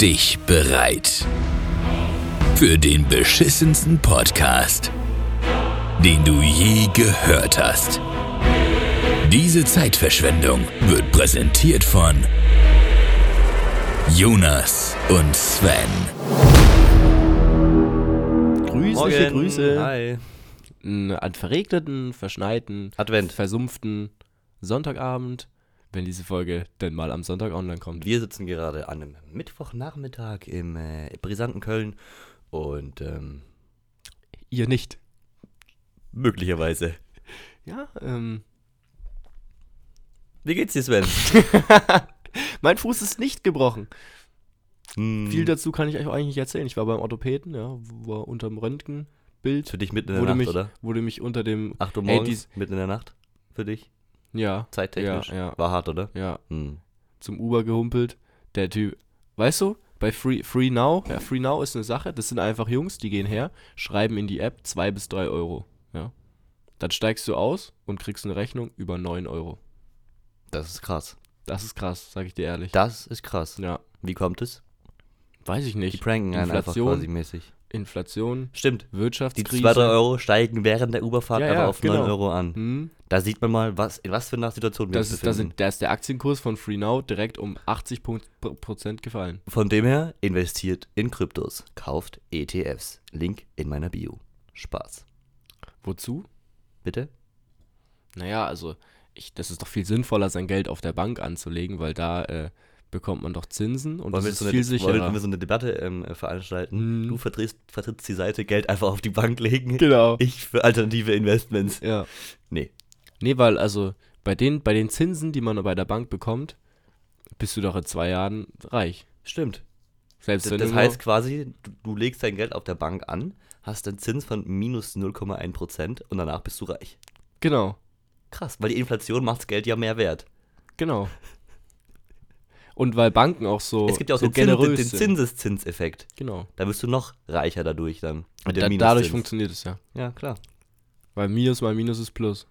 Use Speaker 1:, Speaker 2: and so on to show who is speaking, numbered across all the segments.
Speaker 1: dich bereit für den beschissensten Podcast, den du je gehört hast. Diese Zeitverschwendung wird präsentiert von Jonas und Sven.
Speaker 2: Grüße,
Speaker 3: Morgen.
Speaker 2: Grüße.
Speaker 3: Hi.
Speaker 2: N- An äh, verregneten, verschneiten,
Speaker 3: Advent.
Speaker 2: versumpften Sonntagabend, wenn diese Folge denn mal am Sonntag online kommt.
Speaker 3: Wir sitzen gerade an einem Mittwochnachmittag im äh, brisanten Köln und ähm,
Speaker 2: Ihr nicht.
Speaker 3: möglicherweise.
Speaker 2: Ja, ähm.
Speaker 3: Wie geht's dir, Sven?
Speaker 2: Mein Fuß ist nicht gebrochen.
Speaker 3: Hm,
Speaker 2: Viel dazu kann ich euch eigentlich nicht erzählen. Ich war beim Orthopäden, ja, war unterm Röntgenbild.
Speaker 3: für dich mitten in der
Speaker 2: Wurde
Speaker 3: Nacht,
Speaker 2: mich,
Speaker 3: oder?
Speaker 2: wurde mich unter dem.
Speaker 3: 8 Uhr
Speaker 2: Ey,
Speaker 3: morgens,
Speaker 2: dies-
Speaker 3: mitten in der Nacht für dich,
Speaker 2: Ja,
Speaker 3: zeittechnisch.
Speaker 2: Ja, ja.
Speaker 3: War hart, oder?
Speaker 2: ja,
Speaker 3: Hm.
Speaker 2: zum Uber gehumpelt. Der Typ, weißt du, bei Free, Free Now, ja, Free Now ist eine Sache, das sind einfach Jungs, die gehen her, schreiben in die App 2 bis 3 Euro. Ja. Dann steigst du aus und kriegst eine Rechnung über 9 Euro.
Speaker 3: Das ist krass.
Speaker 2: Das ist krass, sag ich dir ehrlich.
Speaker 3: Das ist krass.
Speaker 2: ja,
Speaker 3: Wie kommt es?
Speaker 2: weiß ich
Speaker 3: Die
Speaker 2: nicht.
Speaker 3: pranken einen einfach
Speaker 2: Inflation.
Speaker 3: quasi mäßig.
Speaker 2: Inflation,
Speaker 3: Stimmt. Die
Speaker 2: Wirtschaftskrise.
Speaker 3: 2, 3 Euro steigen während der Uberfahrt
Speaker 2: Ja,
Speaker 3: aber
Speaker 2: ja,
Speaker 3: auf
Speaker 2: genau.
Speaker 3: 9 Euro an.
Speaker 2: Hm,
Speaker 3: Da sieht man mal, was, in was für einer Situation wir
Speaker 2: das
Speaker 3: uns
Speaker 2: ist, das
Speaker 3: befinden.
Speaker 2: sind, da ist der Aktienkurs von Free Now direkt um 80 Punkt, Prozent gefallen.
Speaker 3: Von dem her, investiert in Kryptos, kauft ETFs. Link in meiner Bio. Spaß.
Speaker 2: Wozu?
Speaker 3: Bitte?
Speaker 2: Naja, also ich, das ist doch viel sinnvoller, sein Geld auf der Bank anzulegen, weil da äh, bekommt man doch Zinsen und das
Speaker 3: wir
Speaker 2: ist
Speaker 3: so eine,
Speaker 2: viel
Speaker 3: wollen
Speaker 2: sicherer.
Speaker 3: wir so eine Debatte ähm, äh, veranstalten?
Speaker 2: Mhm.
Speaker 3: Du vertrittst, vertrittst die Seite, Geld einfach auf die Bank legen.
Speaker 2: Genau.
Speaker 3: Ich für alternative Investments.
Speaker 2: Ja.
Speaker 3: Nee.
Speaker 2: Nee, weil also bei den, bei den Zinsen, die man bei der Bank bekommt, bist du doch in zwei Jahren reich.
Speaker 3: Stimmt.
Speaker 2: Selbst
Speaker 3: Das,
Speaker 2: wenn
Speaker 3: das
Speaker 2: du
Speaker 3: heißt quasi, du, du legst dein Geld auf der Bank an, hast einen Zins von minus 0,1% und danach bist du reich.
Speaker 2: nur, genau,
Speaker 3: Krass, weil die Inflation macht das Geld ja mehr wert.
Speaker 2: genau. Und weil Banken auch so,
Speaker 3: es gibt ja auch
Speaker 2: so
Speaker 3: den, Zins, den,
Speaker 2: generös
Speaker 3: den
Speaker 2: sind.
Speaker 3: Zinseszinseffekt.
Speaker 2: Genau.
Speaker 3: Da wirst du noch reicher dadurch dann. Mit dem
Speaker 2: Da,
Speaker 3: Minuszins.
Speaker 2: dadurch funktioniert es ja.
Speaker 3: Ja, klar.
Speaker 2: Weil Minus mal Minus ist Plus.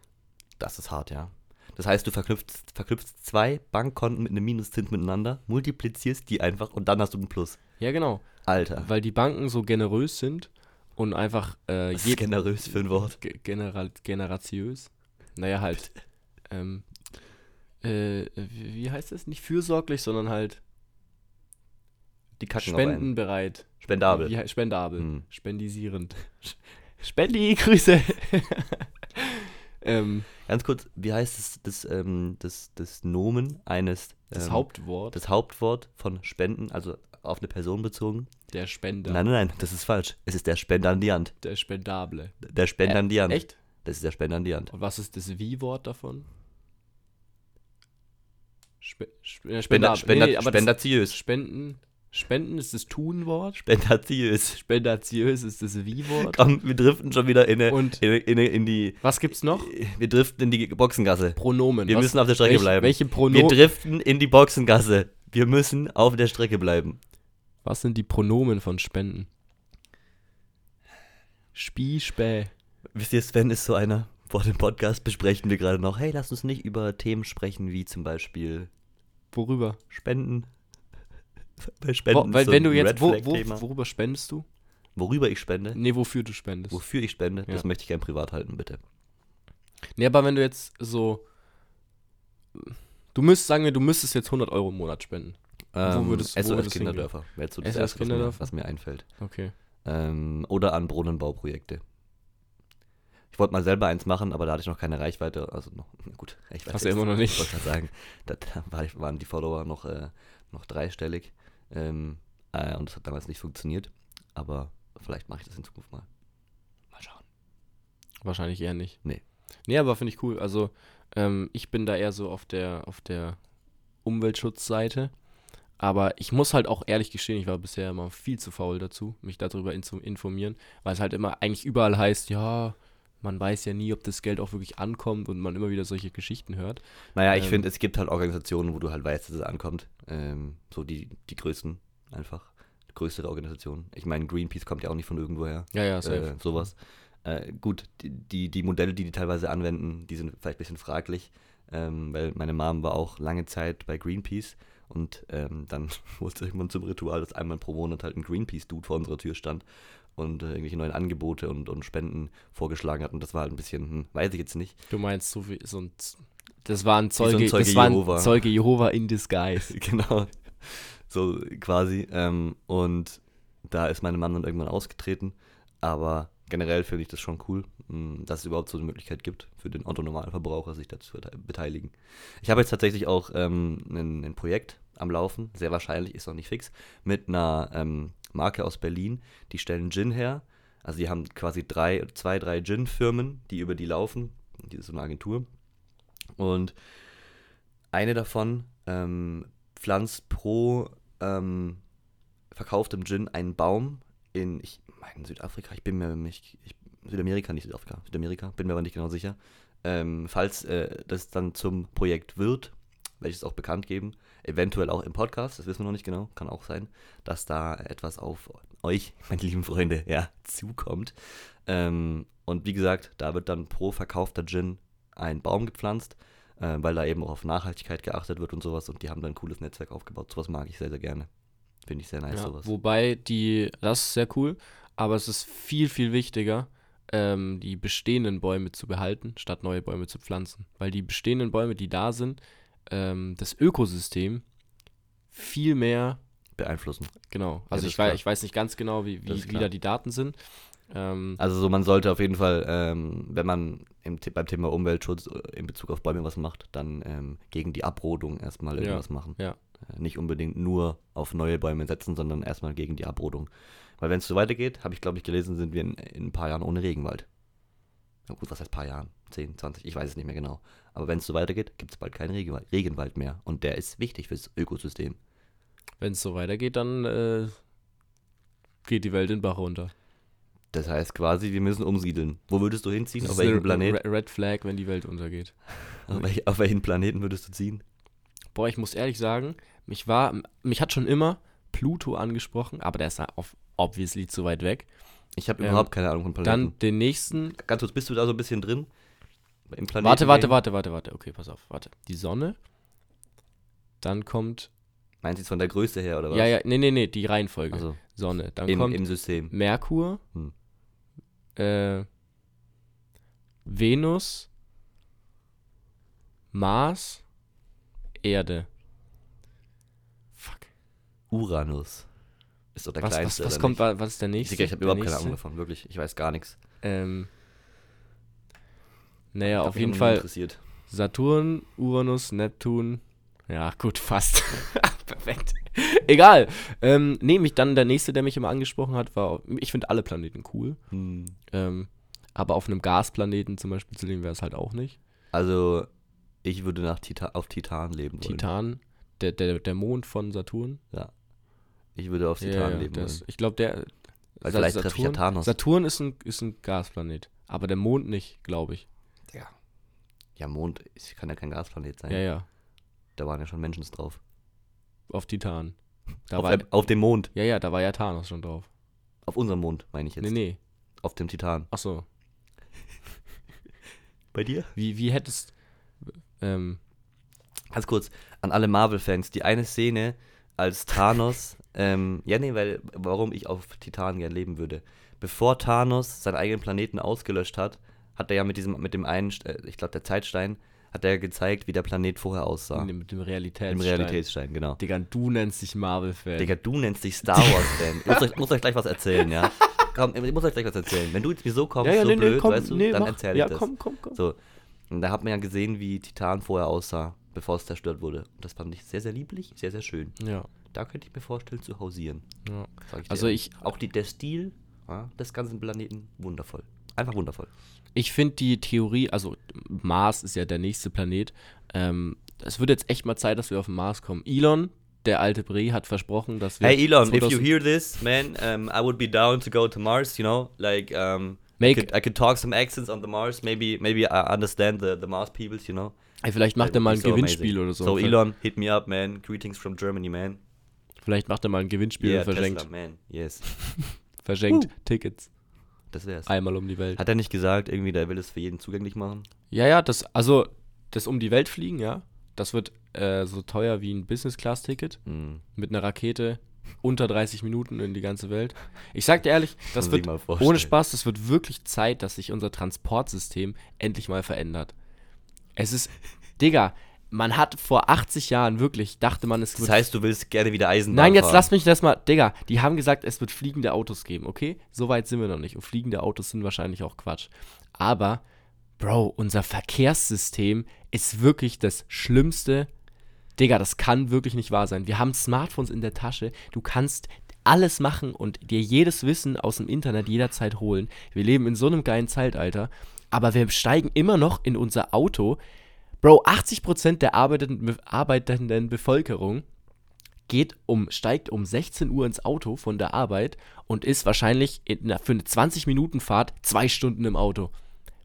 Speaker 3: Das ist hart, ja. Das heißt, du verknüpfst, verknüpfst zwei Bankkonten mit einem Minuszins miteinander, multiplizierst die einfach und dann hast du einen Plus.
Speaker 2: Ja, genau.
Speaker 3: Alter.
Speaker 2: Weil die Banken so generös sind und einfach äh,
Speaker 3: Das ist generös für ein Wort.
Speaker 2: Ge- General, generatiös. Naja, halt. ähm, äh, wie wie heißt das? Nicht fürsorglich, sondern halt
Speaker 3: Die kacken auf einen.
Speaker 2: spendenbereit.
Speaker 3: Spendabel.
Speaker 2: Wie, hei- spendabel.
Speaker 3: Hm.
Speaker 2: Spendisierend. Spendi, Grüße. ähm,
Speaker 3: Ganz kurz, wie heißt das, das, ähm, das, das Nomen eines.
Speaker 2: das
Speaker 3: ähm,
Speaker 2: Hauptwort
Speaker 3: Das Hauptwort von Spenden, also auf eine Person bezogen?
Speaker 2: der Spender.
Speaker 3: Nein, nein, nein, das ist falsch. Es ist der Spendandiant.
Speaker 2: Der Spendable. Äh,
Speaker 3: Der Spendandiant.
Speaker 2: Echt?
Speaker 3: Das ist der Spendandiant.
Speaker 2: Und was ist das Wie-Wort davon? Spe Sp äh,
Speaker 3: Spender,
Speaker 2: Spendabel.
Speaker 3: Spender,
Speaker 2: Nee, nee, aber das
Speaker 3: Spendaziös.
Speaker 2: Spenden, Spenden ist das Tun-Wort.
Speaker 3: Spendaziös.
Speaker 2: Spendatiös ist das Wie-Wort.
Speaker 3: Komm, wir driften schon wieder in, eine,
Speaker 2: Und-
Speaker 3: in, eine- in, eine- in die.
Speaker 2: Was gibt's noch?
Speaker 3: Wir driften in die Boxengasse.
Speaker 2: Pronomen.
Speaker 3: Wir
Speaker 2: Was,
Speaker 3: müssen auf der Strecke
Speaker 2: welche,
Speaker 3: bleiben.
Speaker 2: Welche
Speaker 3: Wir
Speaker 2: Pronomen?
Speaker 3: driften in die Boxengasse. Wir müssen auf der Strecke bleiben.
Speaker 2: Was sind die Pronomen von Spenden? Spie, Spä.
Speaker 3: Wisst ihr, Sven ist so einer. Vor dem Podcast besprechen wir gerade noch, hey, lass uns nicht über Themen sprechen, wie zum Beispiel
Speaker 2: Worüber?
Speaker 3: Spenden. Bei
Speaker 2: Wo,
Speaker 3: Spenden ist
Speaker 2: weil,
Speaker 3: so
Speaker 2: wenn du
Speaker 3: ein
Speaker 2: jetzt,
Speaker 3: Red
Speaker 2: wo,
Speaker 3: Flag
Speaker 2: wo,
Speaker 3: Thema.
Speaker 2: worüber spendest du?
Speaker 3: Worüber ich spende,
Speaker 2: Nee, wofür du spendest.
Speaker 3: wofür ich spende, das
Speaker 2: Ja.
Speaker 3: möchte ich gern privat halten, bitte.
Speaker 2: Nee, aber wenn du jetzt so. Du müsstest, sagen wir, du müsstest jetzt 100 Euro im Monat spenden.
Speaker 3: Ähm,
Speaker 2: würdest- wo
Speaker 3: SOS
Speaker 2: würdest du hingehen?
Speaker 3: Kinderdörfer. Wäre jetzt so das
Speaker 2: SOS
Speaker 3: Erste, was mir,
Speaker 2: Kinderdörfer?
Speaker 3: was mir einfällt.
Speaker 2: Okay.
Speaker 3: Ähm, oder an Brunnenbauprojekte. Ich wollte mal selber eins machen, aber da hatte ich noch keine Reichweite. Also noch, na gut, ich weiß
Speaker 2: Hast du immer noch nicht.
Speaker 3: Ich wollte gerade sagen, da, da war ich, waren die Follower noch, äh, noch dreistellig. Ähm, äh, und das hat damals nicht funktioniert. Aber vielleicht mache ich das in Zukunft mal. Mal schauen.
Speaker 2: Wahrscheinlich eher nicht.
Speaker 3: Nee.
Speaker 2: Nee, aber finde ich cool. Also, ähm, ich bin da eher so auf der, auf der Umweltschutzseite. Aber ich muss halt auch ehrlich gestehen, ich war bisher immer viel zu faul dazu, mich darüber in zu informieren, weil es halt immer eigentlich überall heißt, ja, man weiß ja nie, ob das Geld auch wirklich ankommt und man immer wieder solche Geschichten hört.
Speaker 3: Naja, ich
Speaker 2: Ähm.
Speaker 3: finde, es gibt halt Organisationen, wo du halt weißt, dass es ankommt. Ähm, so die, die größten einfach. Größere Organisationen. Ich meine, Greenpeace kommt ja auch nicht von irgendwoher.
Speaker 2: Ja, ja, safe.
Speaker 3: äh, sowas. Äh, gut, die- die, die Modelle, die die teilweise anwenden, die sind vielleicht ein bisschen fraglich, ähm, weil meine Mom war auch lange Zeit bei Greenpeace Und ähm, dann wurde es irgendwann zum Ritual, dass einmal pro Monat halt ein Greenpeace-Dude vor unserer Tür stand und äh, irgendwelche neuen Angebote und, und Spenden vorgeschlagen hat. Und das war halt ein bisschen, hm, weiß ich jetzt nicht.
Speaker 2: Du meinst so wie so ein. Z- Das war ein
Speaker 3: so ein
Speaker 2: Zeuge,
Speaker 3: Zeuge
Speaker 2: das war
Speaker 3: Jehova.
Speaker 2: ein Zeuge Jehova in disguise.
Speaker 3: genau. So quasi. Ähm, und da ist meine Mann dann irgendwann ausgetreten. Aber generell finde ich das schon cool, mh, dass es überhaupt so eine Möglichkeit gibt, für den Otto-Normalverbraucher sich dazu bete- beteiligen. Ich habe jetzt tatsächlich auch ähm, ein, ein Projekt am Laufen, sehr wahrscheinlich, ist noch nicht fix, mit einer ähm, Marke aus Berlin. Die stellen Gin her. Also die haben quasi drei, zwei, drei Gin-Firmen, die über die laufen. Die ist so eine Agentur. Und eine davon ähm, pflanzt pro ähm, verkauftem Gin einen Baum in, ich meine Südafrika, ich bin mir nicht, ich, Südamerika, nicht Südafrika, Südamerika, bin mir aber nicht genau sicher. Ähm, falls äh, das dann zum Projekt wird, werde ich es auch bekannt geben, eventuell auch im Podcast, das wissen wir noch nicht genau, kann auch sein, dass da etwas auf euch, meine lieben Freunde, ja, zukommt. Ähm, und wie gesagt, da wird dann pro verkaufter Gin ein Baum gepflanzt äh, weil da eben auch auf Nachhaltigkeit geachtet wird und sowas. Und die haben da ein cooles Netzwerk aufgebaut. Sowas mag ich sehr, sehr gerne. Finde ich sehr nice,
Speaker 2: Ja,
Speaker 3: sowas.
Speaker 2: wobei die, das ist sehr cool, aber es ist viel, viel wichtiger, ähm, die bestehenden Bäume zu behalten, statt neue Bäume zu pflanzen. Weil die bestehenden Bäume, die da sind, ähm, das Ökosystem viel mehr,
Speaker 3: Beeinflussen.
Speaker 2: genau, also
Speaker 3: das
Speaker 2: ich,
Speaker 3: ist klar.
Speaker 2: weiß, ich weiß nicht ganz genau, wie,
Speaker 3: Das ist
Speaker 2: wie, wie
Speaker 3: klar.
Speaker 2: da die Daten sind. Ähm,
Speaker 3: Also so, man sollte auf jeden Fall, ähm, wenn man im, The- beim Thema Umweltschutz äh, in Bezug auf Bäume was macht, dann ähm, gegen die Abrodung erstmal
Speaker 2: Ja,
Speaker 3: irgendwas machen.
Speaker 2: ja.
Speaker 3: Äh, Nicht unbedingt nur auf neue Bäume setzen, sondern erstmal gegen die Abrodung. Weil wenn es so weitergeht, habe ich glaube ich gelesen, sind wir in, in ein paar Jahren ohne Regenwald. Na gut, was heißt paar Jahren? 10, 20, ich weiß es nicht mehr genau. Aber wenn es so weitergeht, gibt es bald keinen Regenwald, Regenwald mehr. Und der ist wichtig fürs Ökosystem.
Speaker 2: Wenn es so weitergeht, dann äh, geht die Welt in den Bach runter.
Speaker 3: Das heißt quasi, wir müssen umsiedeln. Wo würdest du hinziehen?
Speaker 2: Das
Speaker 3: Auf
Speaker 2: ist eine
Speaker 3: welchen, Planet,
Speaker 2: Re- Red Flag, wenn die Welt untergeht.
Speaker 3: auf, welch, auf welchen Planeten würdest du ziehen?
Speaker 2: Boah, ich muss ehrlich sagen, mich war, mich hat schon immer Pluto angesprochen, aber der ist ja auf, obviously zu weit weg.
Speaker 3: Ich habe
Speaker 2: Ähm,
Speaker 3: überhaupt keine Ahnung von Planeten.
Speaker 2: Dann den nächsten.
Speaker 3: Ganz kurz, bist du da so ein bisschen drin? Im Planeten
Speaker 2: Warte, warte, warte, warte, warte. Okay, pass auf, warte. Die Sonne. Dann kommt.
Speaker 3: Meinst du jetzt von der Größe her oder was?
Speaker 2: Ja, ja, nee, nee, nee, die Reihenfolge.
Speaker 3: Also
Speaker 2: Sonne. Dann
Speaker 3: im,
Speaker 2: kommt
Speaker 3: im System.
Speaker 2: Merkur.
Speaker 3: Hm.
Speaker 2: Äh, Venus. Mars. Erde. Fuck.
Speaker 3: Uranus. Ist doch der
Speaker 2: Was, was,
Speaker 3: kleinste.
Speaker 2: was
Speaker 3: oder nicht?
Speaker 2: kommt, wa- was ist der nächste?
Speaker 3: Digga, ich habe
Speaker 2: Der
Speaker 3: überhaupt keine
Speaker 2: nächste?
Speaker 3: Ahnung davon, wirklich. Ich weiß gar nichts.
Speaker 2: Ähm, naja,
Speaker 3: Hat
Speaker 2: auf
Speaker 3: mich
Speaker 2: jeden
Speaker 3: noch nie
Speaker 2: Fall
Speaker 3: Interessiert.
Speaker 2: Saturn, Uranus, Neptun. Ja, gut, fast. Perfekt. Egal. Ähm, nee, mich dann der nächste, der mich immer angesprochen hat, war, ich finde alle Planeten cool. Ähm, aber auf einem Gasplaneten zum Beispiel zu leben wäre es halt auch nicht.
Speaker 3: Also, ich würde nach Tita auf Titan leben wollen.
Speaker 2: Titan, der, der, der Mond von Saturn.
Speaker 3: Ich würde auf Titan
Speaker 2: Ja, ja,
Speaker 3: leben
Speaker 2: das,
Speaker 3: wollen.
Speaker 2: ich glaube, der.
Speaker 3: Weil
Speaker 2: Sa-
Speaker 3: vielleicht treffe ich ja Thanos.
Speaker 2: Saturn ist ein, ist ein Gasplanet. Aber der Mond nicht, glaube ich.
Speaker 3: Ja, Mond ist, kann ja kein Gasplanet sein.
Speaker 2: Ja, ja.
Speaker 3: Da waren ja schon Menschen drauf.
Speaker 2: Auf Titan. Da
Speaker 3: Auf,
Speaker 2: war,
Speaker 3: einem- auf dem Mond.
Speaker 2: ja, ja, da war ja Thanos schon drauf.
Speaker 3: Auf unserem Mond, meine ich jetzt.
Speaker 2: Nee, nee.
Speaker 3: Auf dem Titan.
Speaker 2: Ach so.
Speaker 3: Bei dir?
Speaker 2: Wie, wie hättest. Ähm,
Speaker 3: Ganz kurz, an alle Marvel-Fans, die eine Szene als Thanos, ähm, ja nee, weil, warum ich auf Titan gern leben würde. Bevor Thanos seinen eigenen Planeten ausgelöscht hat, hat er ja mit diesem, mit dem einen, St- äh, ich glaube der Zeitstein, hat er ja gezeigt, wie der Planet vorher aussah.
Speaker 2: in dem- mit dem Realitätsstein.
Speaker 3: Im Realitätsstein, genau.
Speaker 2: Digga, du nennst dich Marvel-Fan.
Speaker 3: Digga, du nennst dich Star Wars-Fan. Ich muss euch, muss euch gleich was erzählen, ja. Komm, ich muss euch gleich was erzählen. Wenn du jetzt mir so kommst, so blöd, weißt du, dann erzähl ich
Speaker 2: Ja,
Speaker 3: das.
Speaker 2: komm, komm, komm.
Speaker 3: So, und da hat man ja gesehen, wie Titan vorher aussah, bevor es zerstört wurde. Und das fand ich sehr, sehr lieblich, sehr, sehr schön.
Speaker 2: Ja,
Speaker 3: Da könnte ich mir vorstellen, zu hausieren.
Speaker 2: ja.
Speaker 3: Sag ich dir
Speaker 2: Also
Speaker 3: ehrlich.
Speaker 2: ich-
Speaker 3: Auch die, der Stil ja, des ganzen Planeten, wundervoll. Einfach wundervoll.
Speaker 2: Ich finde die Theorie, also Mars ist ja der nächste Planet. Ähm, es wird jetzt echt mal Zeit, dass wir auf den Mars kommen. Elon, der alte Bre, hat versprochen, dass wir.
Speaker 3: Hey Elon, if
Speaker 2: 2000
Speaker 3: you hear this, man, um, I would be down to go to Mars, you know? Like, um, I,
Speaker 2: Make-
Speaker 3: could, I could talk some accents on the Mars, maybe, maybe I understand the, the Mars peoples, you know?
Speaker 2: Ey, vielleicht macht er mal ein
Speaker 3: Äh, So amazing.
Speaker 2: Gewinnspiel oder so.
Speaker 3: So Elon, hit me up, man. Greetings from Germany, man.
Speaker 2: Vielleicht macht er mal ein Gewinnspiel
Speaker 3: Yeah,
Speaker 2: und verschenkt,
Speaker 3: Tesla, man. Yes,
Speaker 2: verschenkt Tickets
Speaker 3: das wär's.
Speaker 2: einmal um die Welt.
Speaker 3: Hat er nicht gesagt, irgendwie, der will es für jeden zugänglich machen?
Speaker 2: Ja, ja, das, also das um die Welt fliegen, ja. Das wird äh, so teuer wie ein Business-Class-Ticket
Speaker 3: Mhm.
Speaker 2: mit einer Rakete unter 30 Minuten in die ganze Welt. Ich sag dir ehrlich,
Speaker 3: Muss
Speaker 2: das
Speaker 3: ich
Speaker 2: wird
Speaker 3: mal vorstellen.
Speaker 2: ohne Spaß, das wird wirklich Zeit, dass sich unser Transportsystem endlich mal verändert. Es ist, Digga, man hat vor 80 Jahren wirklich, dachte man, es
Speaker 3: Das
Speaker 2: wird
Speaker 3: heißt, du willst gerne wieder Eisenbahn
Speaker 2: Nein, jetzt
Speaker 3: fahren.
Speaker 2: lass mich das mal. Digga, die haben gesagt, es wird fliegende Autos geben, okay? So weit sind wir noch nicht. Und fliegende Autos sind wahrscheinlich auch Quatsch. Aber, Bro, unser Verkehrssystem ist wirklich das Schlimmste. Digga, das kann wirklich nicht wahr sein. Wir haben Smartphones in der Tasche. Du kannst alles machen und dir jedes Wissen aus dem Internet jederzeit holen. Wir leben in so einem geilen Zeitalter. Aber wir steigen immer noch in unser Auto. Bro, 80% der arbeitenden, arbeitenden Bevölkerung geht um, steigt um 16 Uhr ins Auto von der Arbeit und ist wahrscheinlich in einer, für eine 20-Minuten-Fahrt zwei Stunden im Auto.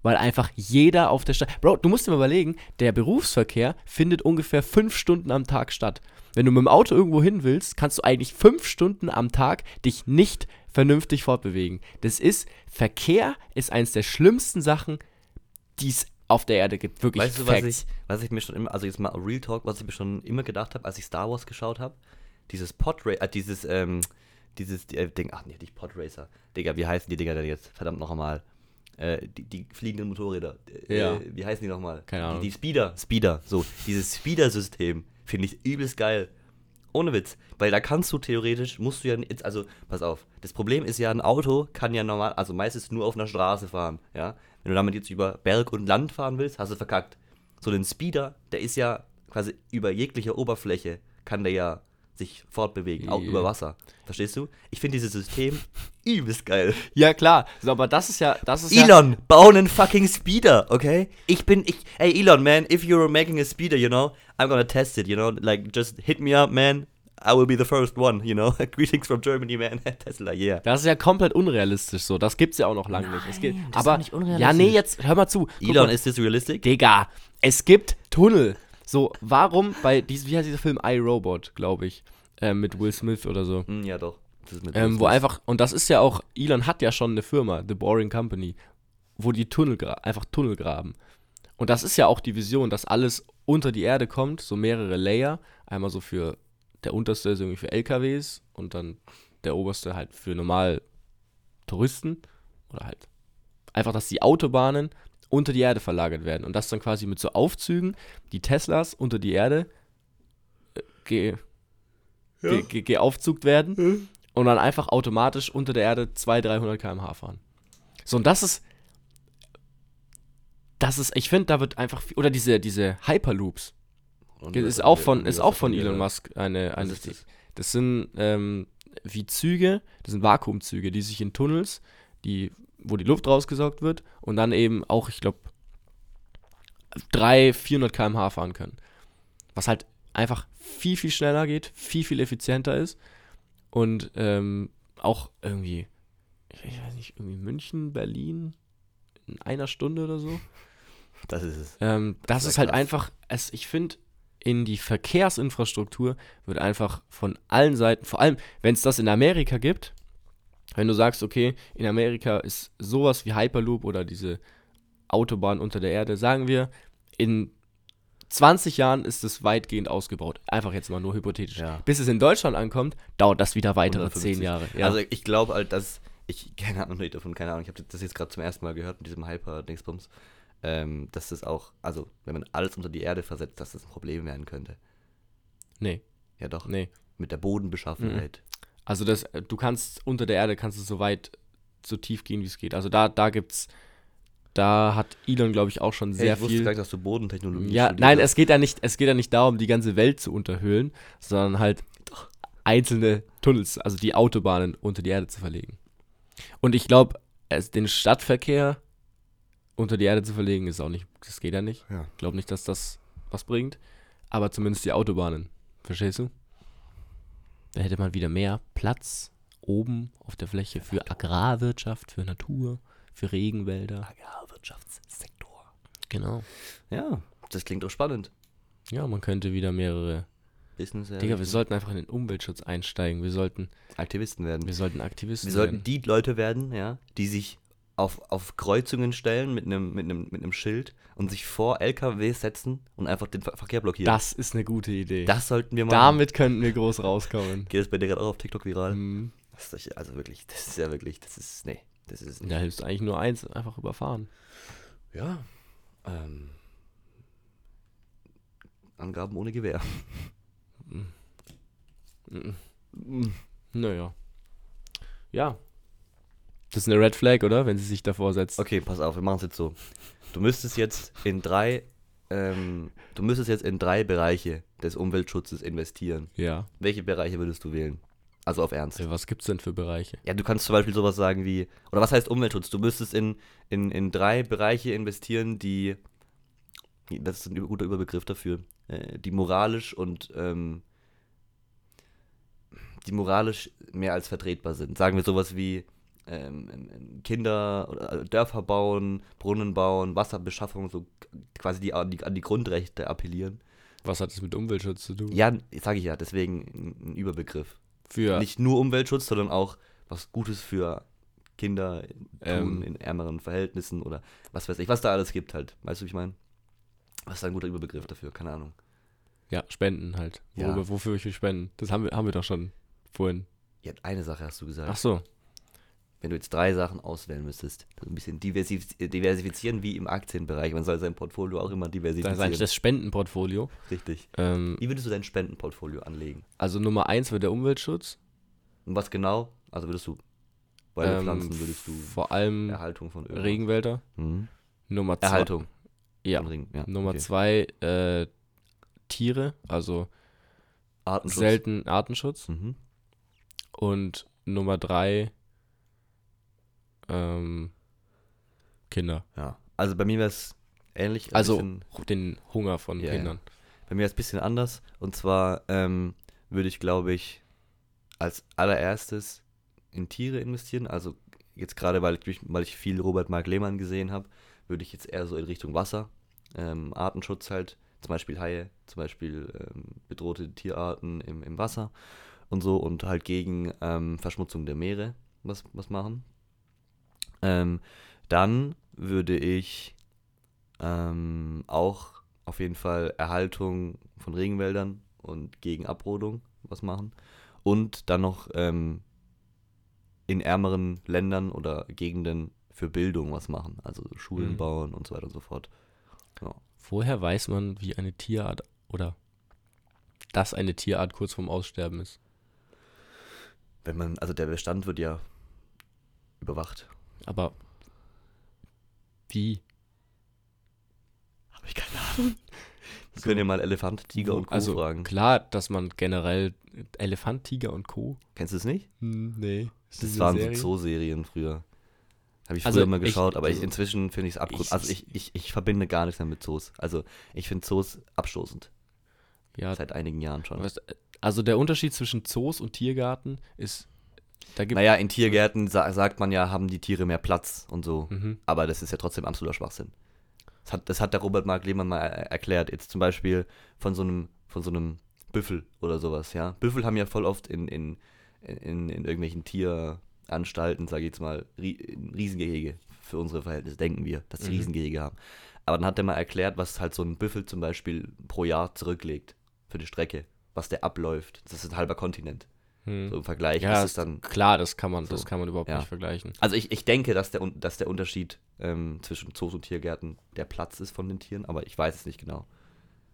Speaker 2: Weil einfach jeder auf der Stadt. Bro, du musst dir mal überlegen, der Berufsverkehr findet ungefähr fünf Stunden am Tag statt. Wenn du mit dem Auto irgendwo hin willst, kannst du eigentlich fünf Stunden am Tag dich nicht vernünftig fortbewegen. Das ist, Verkehr ist eins der schlimmsten Sachen, die es auf der Erde gibt. Wirklich
Speaker 3: Weißt du, was
Speaker 2: Facts.
Speaker 3: ich, was ich mir schon immer, also jetzt mal Real Talk, was ich mir schon immer gedacht habe, als ich Star Wars geschaut habe? Dieses Podracer, äh, dieses, ähm, dieses äh, Ding, ach nee, nicht Podracer. Digga, wie heißen die Dinger denn jetzt? Verdammt noch einmal. Äh, die, die fliegenden Motorräder. Äh,
Speaker 2: Ja.
Speaker 3: Wie heißen die nochmal?
Speaker 2: Keine Ahnung.
Speaker 3: Die, die Speeder. Speeder. So, dieses Speeder-System finde ich übelst geil. Ohne Witz. Weil da kannst du theoretisch, musst du ja jetzt, also, pass auf. Das Problem ist ja, ein Auto kann ja normal, also meistens nur auf einer Straße fahren, ja. Wenn du damit jetzt über Berg und Land fahren willst, hast du verkackt. So ein Speeder, der ist ja quasi über jegliche Oberfläche, kann der ja sich fortbewegen, auch
Speaker 2: Ja.
Speaker 3: über Wasser. Verstehst du? Ich finde dieses System übelst geil.
Speaker 2: Ja, klar. So, aber das ist ja. Das ist Ja,
Speaker 3: Elon, bau einen fucking Speeder, okay? Ich bin, ich, hey Elon, man, if you're making a speeder, you know, I'm gonna test it, you know, like, just hit me up, man, I will be the first one, you know, greetings from Germany, man, Tesla, yeah.
Speaker 2: Das ist ja komplett unrealistisch so. Das gibt's ja auch noch lange nicht. Es gibt,
Speaker 3: das ist
Speaker 2: aber,
Speaker 3: doch nicht unrealistisch.
Speaker 2: Ja, nee, jetzt hör mal zu. Guck
Speaker 3: Elon,
Speaker 2: mal,
Speaker 3: is this realistic?
Speaker 2: Digga, es gibt Tunnel. So, warum bei diesem, wie heißt dieser Film iRobot, glaube ich, ähm, mit Will Smith oder so.
Speaker 3: Hm, ja, doch. Das ist mit
Speaker 2: Ähm, wo
Speaker 3: Business.
Speaker 2: einfach, und das ist ja auch, Elon hat ja schon eine Firma, The Boring Company, wo die Tunnel, gra- einfach Tunnel graben. Und das ist ja auch die Vision, dass alles unter die Erde kommt, so mehrere Layer. Einmal so für, der unterste ist irgendwie für LKWs und dann der oberste halt für normal Touristen oder halt einfach, dass die Autobahnen unter die Erde verlagert werden und das dann quasi mit so Aufzügen die Teslas unter die Erde äh, ge, ge, ge, geaufzugt werden und dann einfach automatisch unter der Erde 200, 300 km/h fahren. So, und das ist, das ist, ich finde, da wird einfach, viel, oder diese, diese Hyperloops,
Speaker 3: Und
Speaker 2: Ge-
Speaker 3: das
Speaker 2: ist
Speaker 3: hat
Speaker 2: auch
Speaker 3: mir-
Speaker 2: von,
Speaker 3: mir
Speaker 2: ist
Speaker 3: was
Speaker 2: auch von
Speaker 3: mir-
Speaker 2: Elon Musk eine, eine
Speaker 3: ist das?
Speaker 2: das sind ähm, wie Züge, das sind Vakuumzüge, die sich in Tunnels, die, wo die Luft rausgesaugt wird und dann eben auch, ich glaube, 300, 400 km/h fahren können. Was halt einfach viel, viel schneller geht, viel, viel effizienter ist und ähm, auch irgendwie, ich weiß nicht, irgendwie München, Berlin in einer Stunde oder so.
Speaker 3: Das ist es.
Speaker 2: Ähm, das
Speaker 3: Sehr
Speaker 2: ist halt
Speaker 3: krass.
Speaker 2: einfach, es, ich finde, in die Verkehrsinfrastruktur wird einfach von allen Seiten, vor allem wenn es das in Amerika gibt, wenn du sagst, okay, in Amerika ist sowas wie Hyperloop oder diese Autobahn unter der Erde, sagen wir, in 20 Jahren ist es weitgehend ausgebaut. Einfach jetzt mal nur hypothetisch.
Speaker 3: Ja.
Speaker 2: Bis es in Deutschland ankommt, dauert das wieder weitere 10
Speaker 3: 150.
Speaker 2: Jahre. Ja.
Speaker 3: Also ich glaube halt, dass ich keine Ahnung nee, davon, keine Ahnung. Ich habe das jetzt gerade zum ersten Mal gehört mit diesem Hyper-Dingsbums, ähm, dass das auch, also wenn man alles unter die Erde versetzt, dass das ein Problem werden könnte.
Speaker 2: nee,
Speaker 3: Ja doch.
Speaker 2: nee.
Speaker 3: Mit der Bodenbeschaffenheit.
Speaker 2: Also das, äh, du kannst unter der Erde kannst du so weit, so tief gehen, wie es geht. Also da, da gibt's, da hat Elon, glaube ich, auch schon
Speaker 3: Hey,
Speaker 2: sehr
Speaker 3: ich wusste
Speaker 2: viel.
Speaker 3: gar nicht, dass du Bodentechnologie
Speaker 2: ja,
Speaker 3: studiert
Speaker 2: nein,
Speaker 3: hast.
Speaker 2: es geht ja nicht, es geht ja nicht darum, die ganze Welt zu unterhöhlen, sondern halt einzelne Tunnels, also die Autobahnen unter die Erde zu verlegen. Und ich glaube, den Stadtverkehr unter die Erde zu verlegen ist auch nicht, das geht ja nicht.
Speaker 3: Ja.
Speaker 2: Ich glaube nicht, dass das was bringt, aber zumindest die Autobahnen, verstehst du? Da hätte man wieder mehr Platz oben auf der Fläche für Agrarwirtschaft, für Natur, für Regenwälder.
Speaker 3: Agrarwirtschaftssektor.
Speaker 2: Genau.
Speaker 3: Ja, das klingt doch spannend.
Speaker 2: Ja, man könnte wieder mehrere
Speaker 3: Business
Speaker 2: Digga, wir sollten einfach in den Umweltschutz einsteigen. Wir sollten,
Speaker 3: Aktivisten werden.
Speaker 2: wir sollten Aktivisten
Speaker 3: Wir sollten
Speaker 2: werden.
Speaker 3: die Leute werden, ja, die sich auf, auf Kreuzungen stellen mit einem, mit, einem, mit einem Schild und sich vor LKWs setzen und einfach den Ver Verkehr blockieren.
Speaker 2: Das ist eine gute Idee.
Speaker 3: Das sollten wir machen.
Speaker 2: Damit könnten wir groß rauskommen.
Speaker 3: Geht das bei dir gerade auch auf TikTok viral?
Speaker 2: Mhm.
Speaker 3: Das ist, also wirklich, das ist ja wirklich, das ist, nee, das ist
Speaker 2: Da hilft eigentlich nur eins, einfach überfahren.
Speaker 3: Ja. Ähm, Angaben ohne Gewehr.
Speaker 2: Naja. Ja. Das ist eine Red Flag, oder? Wenn sie sich davor setzt.
Speaker 3: Okay, pass auf, wir machen es jetzt so. Du müsstest jetzt in drei, ähm, du müsstest jetzt in drei Bereiche des Umweltschutzes investieren.
Speaker 2: Ja.
Speaker 3: Welche Bereiche würdest du wählen? Also auf Ernst.
Speaker 2: Was gibt's denn für Bereiche?
Speaker 3: Ja, du kannst zum Beispiel sowas sagen wie, oder was heißt Umweltschutz? Du müsstest in, in, in drei Bereiche investieren, die, das ist ein guter Überbegriff dafür, äh, die moralisch und, ähm, die moralisch mehr als vertretbar sind. Sagen wir sowas wie ähm, ähm, ähm, Kinder, oder, also Dörfer bauen, Brunnen bauen, Wasserbeschaffung, so quasi die, an die, an die Grundrechte appellieren.
Speaker 2: Was hat das mit Umweltschutz zu tun?
Speaker 3: Ja, sage ich ja, deswegen ein- ein Überbegriff
Speaker 2: Für
Speaker 3: nicht nur Umweltschutz, sondern auch was Gutes für Kinder tun
Speaker 2: Ähm.
Speaker 3: in ärmeren Verhältnissen oder was weiß ich, was da alles gibt halt. Weißt du, wie ich meine? Was ist da ein guter Überbegriff dafür? Keine Ahnung.
Speaker 2: ja, Spenden halt.
Speaker 3: Ja.
Speaker 2: Worüber, Wofür ich will spenden. Das haben wir, haben wir doch schon vorhin.
Speaker 3: Ja, eine Sache hast du gesagt.
Speaker 2: Ach so.
Speaker 3: Wenn du jetzt drei Sachen auswählen müsstest, so ein bisschen diversif äh, diversifizieren wie im Aktienbereich. Man soll sein Portfolio auch immer
Speaker 2: Da sage ich
Speaker 3: diversifizieren.
Speaker 2: das Spendenportfolio.
Speaker 3: Richtig.
Speaker 2: Ähm,
Speaker 3: Wie würdest du dein Spendenportfolio anlegen?
Speaker 2: also Nummer eins wird der Umweltschutz.
Speaker 3: Und was genau? Also würdest du Bäume
Speaker 2: Ähm,
Speaker 3: pflanzen, würdest du
Speaker 2: Vor allem
Speaker 3: Erhaltung von irgendwas-
Speaker 2: Regenwälder.
Speaker 3: Hm?
Speaker 2: Nummer zwei.
Speaker 3: Erhaltung.
Speaker 2: Ja.
Speaker 3: von Regen, ja.
Speaker 2: Nummer
Speaker 3: okay.
Speaker 2: zwei, äh, Tiere, also
Speaker 3: Artenschutz.
Speaker 2: selten Artenschutz.
Speaker 3: Mhm.
Speaker 2: Und Nummer drei, ähm, Kinder.
Speaker 3: Ja, also bei mir wäre es ähnlich. ein
Speaker 2: Also
Speaker 3: bisschen,
Speaker 2: den Hunger von
Speaker 3: Ja, ja.
Speaker 2: Kindern.
Speaker 3: bei mir wäre es ein bisschen anders. Und zwar ähm, würde ich, glaube ich, als allererstes in Tiere investieren. Also jetzt gerade, weil ich, mich- weil ich viel Robert Mark Lehmann gesehen habe, würde ich jetzt eher so in Richtung Wasser, ähm, Artenschutz halt, zum Beispiel Haie, zum Beispiel ähm, bedrohte Tierarten im, im Wasser und so und halt gegen ähm, Verschmutzung der Meere was, was machen. Ähm, dann würde ich ähm, auch auf jeden Fall Erhaltung von Regenwäldern und gegen Abrodung was machen. Und dann noch ähm, in ärmeren Ländern oder Gegenden für Bildung was machen. Also Schulen
Speaker 2: Mhm.
Speaker 3: bauen und so weiter und so fort.
Speaker 2: Woher weiß man, wie eine Tierart oder dass eine Tierart kurz vorm Aussterben ist?
Speaker 3: Wenn man, also der Bestand wird ja überwacht.
Speaker 2: Aber wie?
Speaker 3: Habe ich keine Ahnung. Wir können ja mal Elefant, Tiger und Co.
Speaker 2: also
Speaker 3: fragen.
Speaker 2: klar, dass man generell Elefant, Tiger und Co.
Speaker 3: Kennst du es nicht?
Speaker 2: Hm, nee. Ist
Speaker 3: Das
Speaker 2: eine
Speaker 3: waren
Speaker 2: Serie?
Speaker 3: so Zooserien früher. Habe ich früher
Speaker 2: Also
Speaker 3: immer
Speaker 2: ich-
Speaker 3: geschaut, aber ich,
Speaker 2: also-
Speaker 3: inzwischen finde ich es abgrund.
Speaker 2: Ich-
Speaker 3: Also ich, ich, ich verbinde gar nichts mehr mit Zoos. Also ich finde Zoos abstoßend.
Speaker 2: Ja,
Speaker 3: Seit einigen Jahren schon.
Speaker 2: Was, also der Unterschied zwischen Zoos und Tiergarten ist, da gibt
Speaker 3: Naja, in Tiergärten sa sagt man ja, haben die Tiere mehr Platz und so.
Speaker 2: Mhm.
Speaker 3: Aber das ist ja trotzdem absoluter Schwachsinn. Das hat, das hat der Robert Mark Lehmann mal er- erklärt. Jetzt zum Beispiel von so einem, von so einem Büffel oder sowas, ja. Büffel haben ja voll oft in, in, in, in irgendwelchen Tieranstalten, sage ich jetzt mal, Rie in Riesengehege für unsere Verhältnisse, denken wir, dass sie
Speaker 2: Mhm.
Speaker 3: Riesengehege haben. Aber dann hat er mal erklärt, was halt so ein Büffel zum Beispiel pro Jahr zurücklegt für die Strecke, was der abläuft. Das ist ein halber Kontinent.
Speaker 2: Hm.
Speaker 3: So im Vergleich
Speaker 2: ja,
Speaker 3: ist es dann
Speaker 2: klar, das kann man, das
Speaker 3: So.
Speaker 2: kann man überhaupt
Speaker 3: Ja.
Speaker 2: nicht vergleichen.
Speaker 3: also ich, ich denke, dass der, Un- dass der Unterschied ähm, zwischen Zoos und Tiergärten der Platz ist von den Tieren, aber ich weiß es nicht genau.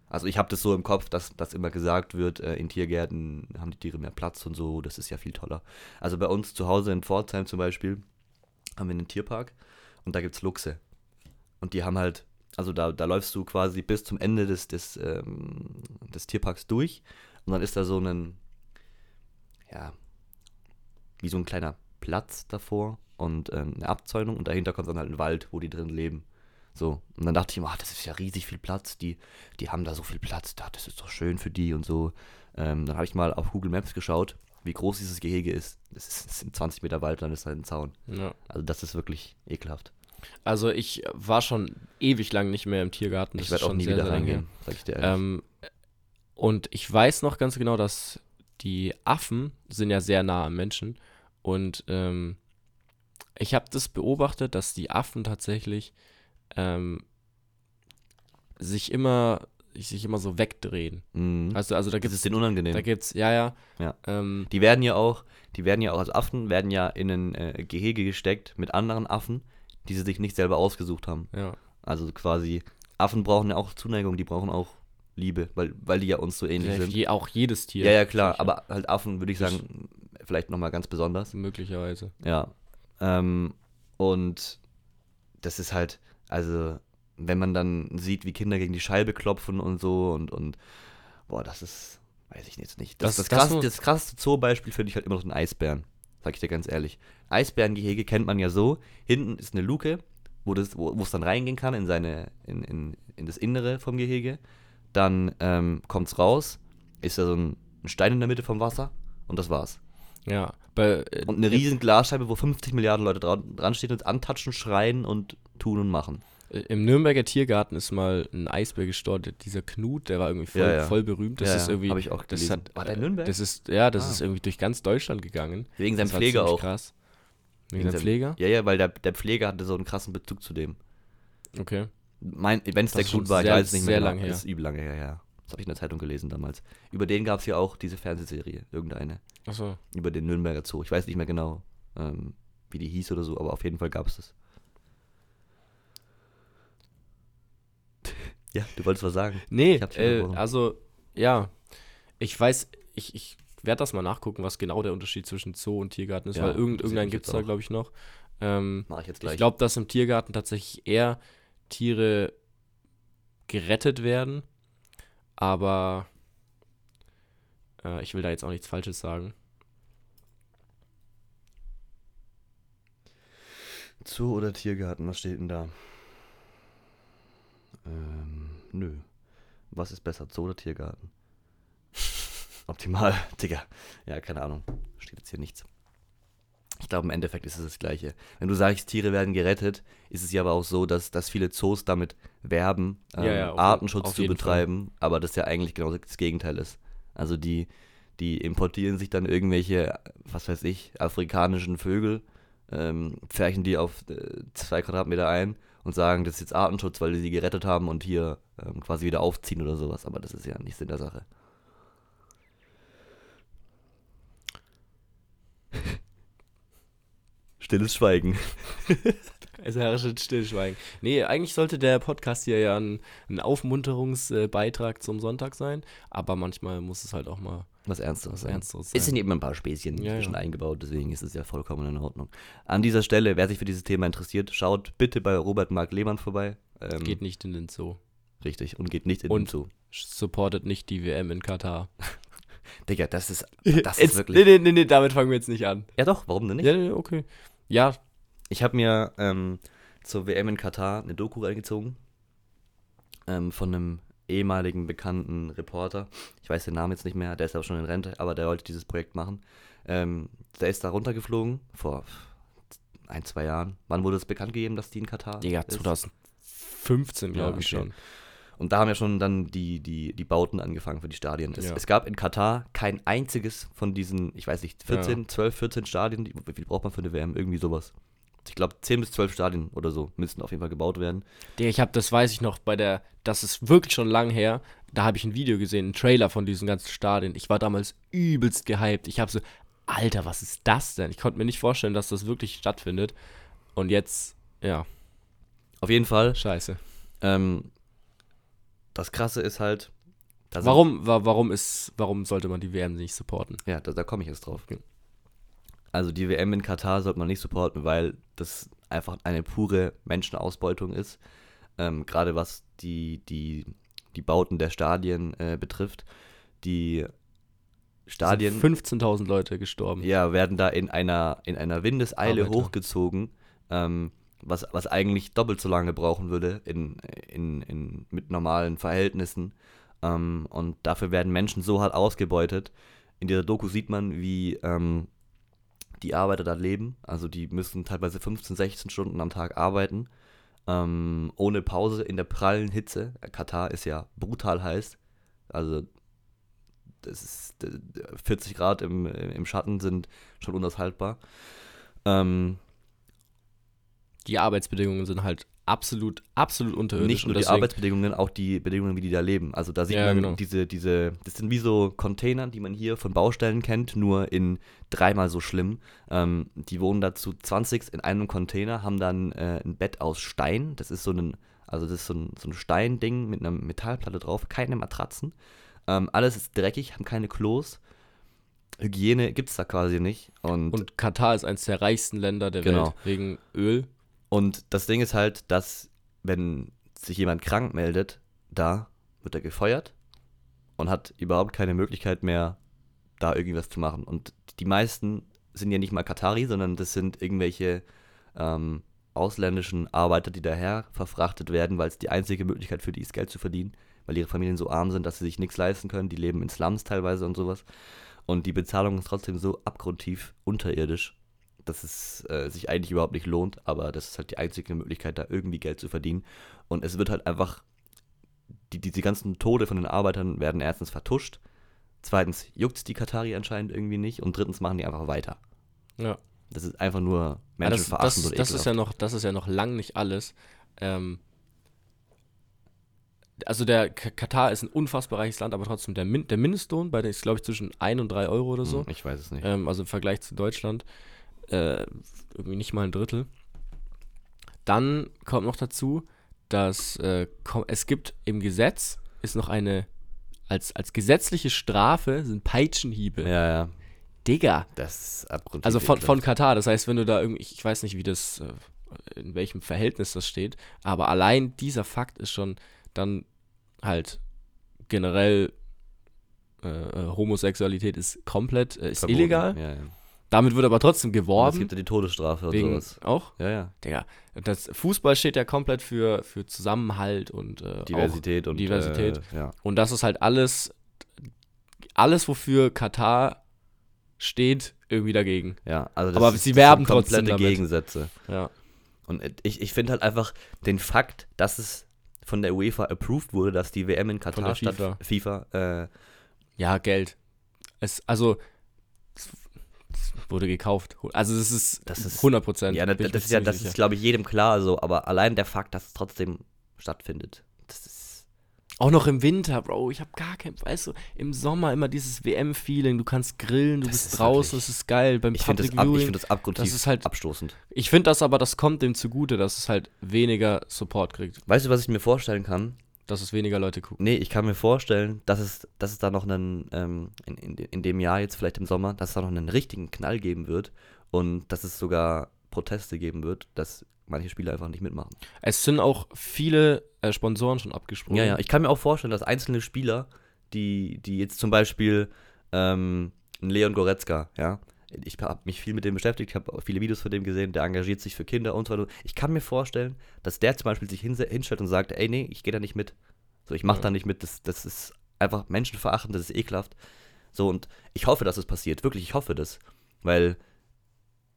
Speaker 3: Also ich habe das so im Kopf, dass, dass immer gesagt wird, äh, in Tiergärten haben die Tiere mehr Platz und so, das ist ja viel toller. Also bei uns zu Hause in Pforzheim zum Beispiel haben wir einen Tierpark und da gibt es Luchse. Und die haben halt, also da, da läufst du quasi bis zum Ende des, des, ähm, des Tierparks durch und dann ist da so ein, ja, wie so ein kleiner Platz davor und ähm, eine Abzäunung und dahinter kommt dann halt ein Wald, wo die drin leben. So, und dann dachte ich immer, ah, das ist ja riesig viel Platz, die, die haben da so viel Platz, da, das ist doch schön für die und so. Ähm, dann habe ich mal auf Google Maps geschaut, wie groß dieses Gehege ist. Das, ist, das sind 20 Meter Wald, dann ist da ein Zaun.
Speaker 2: Ja.
Speaker 3: Also das ist wirklich ekelhaft.
Speaker 2: Also ich war schon ewig lang nicht mehr im Tiergarten. Das
Speaker 3: ich werde
Speaker 2: ist
Speaker 3: auch
Speaker 2: schon
Speaker 3: nie
Speaker 2: sehr,
Speaker 3: wieder
Speaker 2: sehr lange her.
Speaker 3: reingehen, sag ich dir ehrlich.
Speaker 2: Ähm, und ich weiß noch ganz genau, dass die Affen sind ja sehr nah am Menschen und ähm, Ich habe das beobachtet, dass die Affen tatsächlich ähm, sich immer sich immer so wegdrehen.
Speaker 3: Mhm.
Speaker 2: Also, also da
Speaker 3: Das
Speaker 2: gibt es
Speaker 3: ist denen unangenehm.
Speaker 2: da gibt's, ja, ja.
Speaker 3: Ja.
Speaker 2: Ähm,
Speaker 3: Die werden ja auch, die werden ja auch als Affen, werden ja in ein äh, Gehege gesteckt mit anderen Affen, die sie sich nicht selber ausgesucht haben.
Speaker 2: ja.
Speaker 3: Also quasi, Affen brauchen ja auch Zuneigung, die brauchen auch Liebe, weil, weil die ja uns so ähnlich sind.
Speaker 2: Je, auch jedes Tier.
Speaker 3: Ja, ja, klar,
Speaker 2: sicher.
Speaker 3: aber halt Affen würde ich
Speaker 2: Das-
Speaker 3: sagen, vielleicht nochmal ganz besonders.
Speaker 2: Möglicherweise.
Speaker 3: Ja. Ähm, und das ist halt, also, wenn man dann sieht, wie Kinder gegen die Scheibe klopfen und so und, und boah, das ist, weiß ich jetzt nicht. Das,
Speaker 2: Das-
Speaker 3: das,
Speaker 2: das
Speaker 3: krasseste,
Speaker 2: muss-
Speaker 3: das krasseste Zoobeispiel finde ich halt immer noch den Eisbären, sag ich dir ganz ehrlich. Eisbärengehege kennt man ja so, hinten ist eine Luke, wo das, wo wo es dann reingehen kann in seine, in, in, in das Innere vom Gehege. Dann ähm, kommt's raus, ist da so ein, ein Stein in der Mitte vom Wasser und das war's.
Speaker 2: Ja. Bei, äh,
Speaker 3: Und eine riesen Glasscheibe, wo 50 Milliarden Leute dran, dran stehen und antatschen, schreien und tun und machen.
Speaker 2: Äh, Im Nürnberger Tiergarten ist mal ein Eisbär gestorben. Dieser Knut, der war irgendwie voll,
Speaker 3: Ja, ja.
Speaker 2: voll berühmt. Das
Speaker 3: Ja,
Speaker 2: ist
Speaker 3: ja,
Speaker 2: irgendwie.
Speaker 3: hab ich auch
Speaker 2: das
Speaker 3: gelesen.
Speaker 2: hat,
Speaker 3: War der
Speaker 2: äh,
Speaker 3: in Nürnberg?
Speaker 2: Das ist, ja, das
Speaker 3: Ah.
Speaker 2: ist irgendwie durch ganz Deutschland gegangen.
Speaker 3: Wegen seinem
Speaker 2: Das war
Speaker 3: Pfleger
Speaker 2: ziemlich
Speaker 3: auch.
Speaker 2: Krass. Wegen, seinem Pfleger?
Speaker 3: Ja, ja, weil der, der Pfleger hatte so einen krassen Bezug zu dem.
Speaker 2: Okay.
Speaker 3: Mein, wenn es
Speaker 2: Das
Speaker 3: der
Speaker 2: ist schon
Speaker 3: Knut war, ich
Speaker 2: sehr-
Speaker 3: weiß es nicht mehr
Speaker 2: sehr
Speaker 3: genau.
Speaker 2: lang her.
Speaker 3: Das ist übel lange her, ja. Das habe ich in der Zeitung gelesen damals. Über den gab es ja auch diese Fernsehserie, irgendeine.
Speaker 2: Achso.
Speaker 3: Über den Nürnberger Zoo. Ich weiß nicht mehr genau, ähm, wie die hieß oder so, aber auf jeden Fall gab es das. ja, du wolltest was sagen.
Speaker 2: Nee,
Speaker 3: Ich hab dich
Speaker 2: äh,
Speaker 3: unterbrochen.
Speaker 2: also, ja. Ich weiß, ich, ich werde das mal nachgucken, was genau der Unterschied zwischen Zoo und Tiergarten ist,
Speaker 3: Ja,
Speaker 2: weil irgend,
Speaker 3: interessiert
Speaker 2: irgendeinen
Speaker 3: mich
Speaker 2: gibt es
Speaker 3: jetzt
Speaker 2: da,
Speaker 3: auch.
Speaker 2: glaube ich, noch. Ähm,
Speaker 3: Mache ich jetzt gleich.
Speaker 2: ich glaube, dass im Tiergarten tatsächlich eher Tiere gerettet werden, aber äh, ich will da jetzt auch nichts Falsches sagen.
Speaker 3: Zoo oder Tiergarten, was steht denn da? Ähm, nö. Was ist besser, Zoo oder Tiergarten? Optimal, Digga. Ja, keine Ahnung. Steht jetzt hier nichts. Ich glaube, im Endeffekt ist es das Gleiche. Wenn du sagst, Tiere werden gerettet, ist es ja aber auch so, dass, dass viele Zoos damit werben, ähm,
Speaker 2: Ja, ja, auf-
Speaker 3: Artenschutz
Speaker 2: auf
Speaker 3: zu
Speaker 2: jeden Fall.
Speaker 3: betreiben, aber das ja eigentlich genau das Gegenteil ist. Also die, die importieren sich dann irgendwelche, was weiß ich, afrikanischen Vögel, ähm, pferchen die auf äh, zwei Quadratmeter ein und sagen, das ist jetzt Artenschutz, weil die sie gerettet haben und hier ähm, quasi wieder aufziehen oder sowas. Aber das ist ja nicht Sinn der Sache. Stilles Schweigen.
Speaker 2: Es herrscht Stillschweigen. Nee, eigentlich sollte der Podcast hier ja ein, ein Aufmunterungsbeitrag zum Sonntag sein, aber manchmal muss es halt auch mal
Speaker 3: Was Ernsteres.
Speaker 2: was
Speaker 3: sein.
Speaker 2: Ernsteres sein.
Speaker 3: Es sind immer ein paar Späßchen
Speaker 2: Ja,
Speaker 3: zwischen
Speaker 2: ja.
Speaker 3: eingebaut, deswegen ist es ja vollkommen in Ordnung. An dieser Stelle, wer sich für dieses Thema interessiert, schaut bitte bei Robert Mark Lehmann vorbei. Ähm,
Speaker 2: Geht nicht in den Zoo.
Speaker 3: Richtig, und geht nicht in
Speaker 2: Und-
Speaker 3: den Zoo.
Speaker 2: Supportet nicht die WM in Katar.
Speaker 3: Digga, das ist, das ist
Speaker 2: Jetzt-
Speaker 3: wirklich...
Speaker 2: Nee, nee, nee, nee, damit fangen wir jetzt nicht an.
Speaker 3: Ja doch, warum denn nicht?
Speaker 2: Ja, nee, okay. Ja,
Speaker 3: Ich habe mir ähm, zur WM in Katar eine Doku reingezogen ähm, von einem ehemaligen bekannten Reporter. Ich weiß den Namen jetzt nicht mehr, der ist aber schon in Rente, aber der wollte dieses Projekt machen. Ähm, der ist da runtergeflogen vor ein, zwei Jahren. Wann wurde es bekannt gegeben, dass die in Katar
Speaker 2: Digga,
Speaker 3: ist?
Speaker 2: 2015
Speaker 3: Ja,
Speaker 2: glaube ich
Speaker 3: okay.
Speaker 2: schon.
Speaker 3: Und da haben ja schon dann die, die, die Bauten angefangen für die Stadien. Es,
Speaker 2: Ja.
Speaker 3: es gab in Katar kein einziges von diesen, ich weiß nicht, 14,
Speaker 2: Ja.
Speaker 3: 12, 14 Stadien. die- Wie viel braucht man für eine WM? Irgendwie sowas. Ich glaube, 10 bis 12 Stadien oder so müssen auf jeden Fall gebaut werden.
Speaker 2: Der, ich habe, das weiß ich noch, bei der, das ist wirklich schon lang her, da habe ich ein Video gesehen, einen Trailer von diesen ganzen Stadien. Ich war damals übelst gehypt. Ich habe so, Alter, was ist das denn? Ich konnte mir nicht vorstellen, dass das wirklich stattfindet. Und jetzt, ja,
Speaker 3: Auf jeden Fall.
Speaker 2: scheiße.
Speaker 3: Ähm, das Krasse ist halt. da sind-
Speaker 2: Warum, wa warum ist, warum sollte man die WM nicht supporten?
Speaker 3: Ja, da, da komme ich jetzt drauf.
Speaker 2: Okay.
Speaker 3: Also die WM in Katar sollte man nicht supporten, weil das einfach eine pure Menschenausbeutung ist. Ähm, Gerade was die, die, die Bauten der Stadien äh, betrifft. Die
Speaker 2: Es sind
Speaker 3: Stadien
Speaker 2: 15.000 Leute gestorben.
Speaker 3: ja, werden da in einer, in einer Windeseile
Speaker 2: Arbeiter.
Speaker 3: hochgezogen, ähm, was, was eigentlich doppelt so lange brauchen würde in, in, in, mit normalen Verhältnissen. Ähm, und dafür werden Menschen so hart ausgebeutet. In dieser Doku sieht man, wie ähm, die Arbeiter da leben. Also die müssen teilweise 15, 16 Stunden am Tag arbeiten. Ähm, ohne Pause in der prallen Hitze. Katar ist ja brutal heiß. Also das ist, d- d- 40 Grad im, im Schatten sind schon unaushaltbar. Ähm,
Speaker 2: die Arbeitsbedingungen sind halt absolut, absolut unterirdisch.
Speaker 3: Nicht nur
Speaker 2: und
Speaker 3: die
Speaker 2: deswegen-
Speaker 3: Arbeitsbedingungen, auch die Bedingungen, wie die da leben. Also da sieht
Speaker 2: Ja,
Speaker 3: man
Speaker 2: genau.
Speaker 3: diese, diese, das sind wie so Container, die man hier von Baustellen kennt, nur in dreimal so schlimm. Ähm, die wohnen da zu 20 in einem Container, haben dann äh, ein Bett aus Stein. Das ist so ein, also das ist so ein, so ein Steinding mit einer Metallplatte drauf, keine Matratzen. Ähm, alles ist dreckig, haben keine Klos. Hygiene gibt es da quasi nicht. Und,
Speaker 2: Und Katar ist eines der reichsten Länder der
Speaker 3: Genau.
Speaker 2: Welt wegen Öl.
Speaker 3: Und das Ding ist halt, dass, wenn sich jemand krank meldet, da wird er gefeuert und hat überhaupt keine Möglichkeit mehr, da irgendwas zu machen. Und die meisten sind ja nicht mal Katari, sondern das sind irgendwelche ähm, ausländischen Arbeiter, die daher verfrachtet werden, weil es die einzige Möglichkeit für die ist, Geld zu verdienen, weil ihre Familien so arm sind, dass sie sich nichts leisten können. Die leben in Slums teilweise und sowas. Und die Bezahlung ist trotzdem so abgrundtief unterirdisch, dass es äh, sich eigentlich überhaupt nicht lohnt, aber das ist halt die einzige Möglichkeit, da irgendwie Geld zu verdienen. Und es wird halt einfach, die, diese ganzen Tode von den Arbeitern werden erstens vertuscht, zweitens juckt die Katari anscheinend irgendwie nicht und drittens machen die einfach weiter.
Speaker 2: Ja.
Speaker 3: Das ist einfach nur
Speaker 2: Ja, Ah, das,
Speaker 3: menschenverachtend
Speaker 2: das,
Speaker 3: und
Speaker 2: das ist
Speaker 3: ekelhaft.
Speaker 2: ja noch, das ist ja noch lang nicht alles. Ähm, also der K Katar ist ein unfassbar reiches Land, aber trotzdem der, Min der Mindestlohn bei der ist glaube ich zwischen 1 und 3 Euro oder so.
Speaker 3: Hm, Ich weiß es nicht.
Speaker 2: ähm, also im Vergleich zu Deutschland, äh, irgendwie nicht mal ein Drittel. Dann kommt noch dazu, dass äh, ko- es gibt im Gesetz, ist noch eine, als, als gesetzliche Strafe sind Peitschenhiebe.
Speaker 3: Ja, ja.
Speaker 2: Digga.
Speaker 3: Das ist abgrundtief
Speaker 2: Also von,
Speaker 3: ekelhaft.
Speaker 2: von Katar, das heißt, wenn du da irgendwie, ich weiß nicht, wie das, äh, in welchem Verhältnis das steht, aber allein dieser Fakt ist schon dann halt generell, äh, äh, Homosexualität ist komplett, äh, ist
Speaker 3: Verboten.
Speaker 2: illegal.
Speaker 3: Ja, ja.
Speaker 2: Damit wird aber trotzdem
Speaker 3: Und Es
Speaker 2: geworben.
Speaker 3: gibt ja die Todesstrafe und
Speaker 2: Wegen
Speaker 3: sowas.
Speaker 2: auch,
Speaker 3: Ja, ja.
Speaker 2: Digga. Das Fußball steht ja komplett für, für Zusammenhalt und äh,
Speaker 3: Diversität und
Speaker 2: Diversität.
Speaker 3: Äh, ja.
Speaker 2: Auch, und das ist halt alles, alles, wofür Katar steht, irgendwie dagegen.
Speaker 3: ja, also das
Speaker 2: Aber
Speaker 3: ist,
Speaker 2: sie
Speaker 3: das
Speaker 2: werben
Speaker 3: sind komplette
Speaker 2: trotzdem damit.
Speaker 3: Gegensätze.
Speaker 2: Ja.
Speaker 3: Und ich, ich finde halt einfach den Fakt, dass es von der UEFA approved wurde, dass die WM in
Speaker 2: Von der
Speaker 3: Katar statt
Speaker 2: FIFA.
Speaker 3: FIFA, äh,
Speaker 2: Ja, Geld. Es, also, es, es wurde gekauft. Also, es ist,
Speaker 3: Das ist-
Speaker 2: 100 Prozent.
Speaker 3: ja, das, das ist ja, das ist glaube ich jedem klar so, aber allein der Fakt, dass es trotzdem stattfindet, das ist
Speaker 2: Auch noch im Winter, Bro. Ich habe gar kein, weißt du, im Sommer immer dieses WM-Feeling. Du kannst grillen, du
Speaker 3: Das
Speaker 2: bist
Speaker 3: ist
Speaker 2: draußen,
Speaker 3: wirklich-
Speaker 2: es ist geil. Beim
Speaker 3: ich finde
Speaker 2: Public
Speaker 3: das, ab, ich
Speaker 2: Viewing.
Speaker 3: find das abgrundtief
Speaker 2: das ist halt-
Speaker 3: abstoßend.
Speaker 2: Ich finde das aber, das kommt dem zugute, dass es halt weniger Support kriegt,
Speaker 3: Weißt du, was ich mir vorstellen kann?
Speaker 2: dass es weniger Leute gucken.
Speaker 3: Nee, ich kann mir vorstellen, dass es, dass es da noch einen, ähm, in, in, in dem Jahr jetzt vielleicht im Sommer, dass es da noch einen richtigen Knall geben wird und dass es sogar Proteste geben wird, dass manche Spieler einfach nicht mitmachen.
Speaker 2: Es sind auch viele äh, Sponsoren schon abgesprungen.
Speaker 3: Ja, ja, ich kann mir auch vorstellen, dass einzelne Spieler, die, die jetzt zum Beispiel ähm, ein Leon Goretzka, ja, ich habe mich viel mit dem beschäftigt, ich habe auch viele Videos von dem gesehen, der engagiert sich für Kinder und so weiter. Ich kann mir vorstellen, dass der zum Beispiel sich hinse- hinstellt und sagt, ey, nee, ich gehe da nicht mit. So, ich mache
Speaker 2: Ja.
Speaker 3: da nicht mit, das, das ist einfach menschenverachtend, das ist ekelhaft. So, und ich hoffe, dass es passiert, wirklich, ich hoffe das. Weil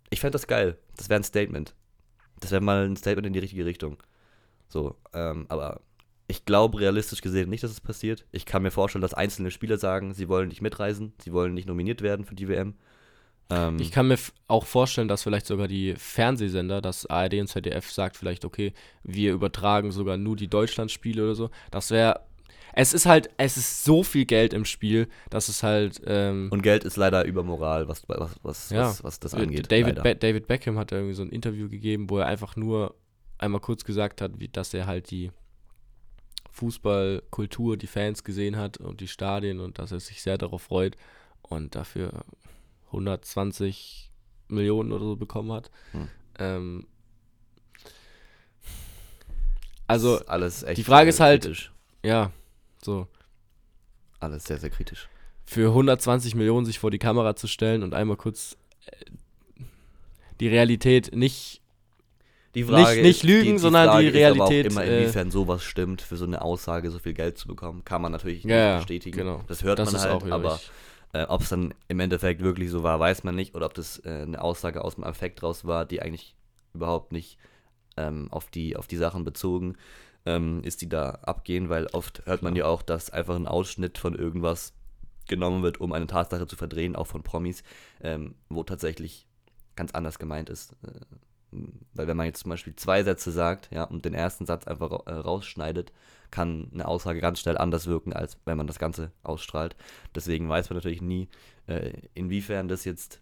Speaker 3: ich fände das geil. Das wäre ein Statement. Das wäre mal ein Statement in die richtige Richtung. So, ähm, aber ich glaube realistisch gesehen nicht, dass es passiert. Ich kann mir vorstellen, dass einzelne Spieler sagen, sie wollen nicht mitreisen, sie wollen nicht nominiert werden für die WM. Ähm,
Speaker 2: Ich kann mir f- auch vorstellen, dass vielleicht sogar die Fernsehsender, das ARD und ZDF sagt vielleicht, okay, wir übertragen sogar nur die Deutschlandspiele oder so. Das wäre, es ist halt, es ist so viel Geld im Spiel, dass es halt, ähm,
Speaker 3: und Geld ist leider über Moral, was, was, was,
Speaker 2: Ja.
Speaker 3: was, was das angeht.
Speaker 2: David,
Speaker 3: leider.
Speaker 2: Be David Beckham hat da irgendwie so ein Interview gegeben, wo er einfach nur einmal kurz gesagt hat, wie, dass er halt die Fußballkultur, die Fans gesehen hat und die Stadien und dass er sich sehr darauf freut und dafür 120 Millionen oder so bekommen hat.
Speaker 3: Hm.
Speaker 2: Ähm, also,
Speaker 3: Das ist alles echt
Speaker 2: die Frage ist
Speaker 3: äh,
Speaker 2: halt-
Speaker 3: Kritisch.
Speaker 2: also, ja, so.
Speaker 3: Alles sehr, sehr kritisch.
Speaker 2: Für 120 Millionen sich vor die Kamera zu stellen und einmal kurz äh, die Realität nicht
Speaker 3: Die
Speaker 2: Frage nicht ist- lügen, sondern die
Speaker 3: ist aber auch
Speaker 2: Realität,
Speaker 3: Immer,
Speaker 2: äh,
Speaker 3: inwiefern sowas stimmt, für so eine Aussage so viel Geld zu bekommen, kann man natürlich nicht
Speaker 2: Ja, ja,
Speaker 3: bestätigen.
Speaker 2: genau.
Speaker 3: Das hört man halt,
Speaker 2: wieder
Speaker 3: aber
Speaker 2: richtig.
Speaker 3: äh, ob es dann im Endeffekt wirklich so war, weiß man nicht. Oder ob das äh, eine Aussage aus dem Affekt raus war, die eigentlich überhaupt nicht ähm, auf, die, auf die Sachen bezogen ähm, ist, die da abgehen, weil oft hört man ja auch, dass einfach ein Ausschnitt von irgendwas genommen wird, um eine Tatsache zu verdrehen, auch von Promis, ähm, wo tatsächlich ganz anders gemeint ist. Äh, Weil wenn man jetzt zum Beispiel zwei Sätze sagt, ja, und den ersten Satz einfach ra- äh, rausschneidet, kann eine Aussage ganz schnell anders wirken, als wenn man das Ganze ausstrahlt. Deswegen weiß man natürlich nie, äh, inwiefern das jetzt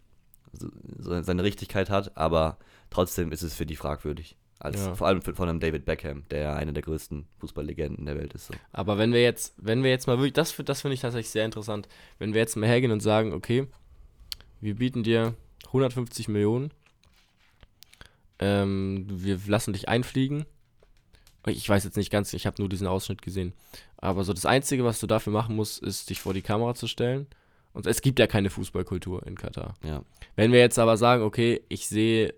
Speaker 3: so, so seine Richtigkeit hat, aber trotzdem ist es für die fragwürdig. Als,
Speaker 2: Ja.
Speaker 3: Vor allem für, von einem David Beckham, der ja eine der größten Fußballlegenden der Welt ist. So.
Speaker 2: Aber wenn wir jetzt, wenn wir jetzt mal wirklich, das, fi- das finde ich tatsächlich sehr interessant, wenn wir jetzt mal hergehen und sagen, okay, wir bieten dir 150 Millionen, ähm, wir lassen dich einfliegen. Ich weiß jetzt nicht ganz, ich habe nur diesen Ausschnitt gesehen. Aber so das Einzige, was du dafür machen musst, ist, dich vor die Kamera zu stellen. Und es gibt ja keine Fußballkultur in Katar.
Speaker 3: Ja.
Speaker 2: Wenn wir jetzt aber sagen, okay, ich sehe,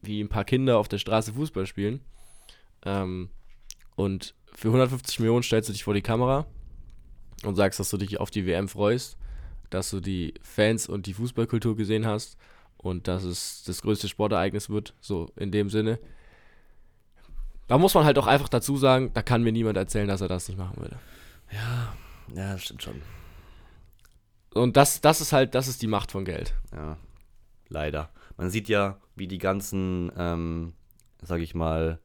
Speaker 2: wie ein paar Kinder auf der Straße Fußball spielen ähm, und für 150 Millionen stellst du dich vor die Kamera und sagst, dass du dich auf die WM freust, dass du die Fans und die Fußballkultur gesehen hast und dass es das größte Sportereignis wird, so in dem Sinne. Da muss man halt auch einfach dazu sagen, da kann mir niemand erzählen, dass er das nicht machen würde.
Speaker 3: ja, das stimmt schon.
Speaker 2: Und das, das ist halt, das ist die Macht von Geld.
Speaker 3: Ja, leider. Man sieht ja, wie die ganzen, ähm, sag ich mal,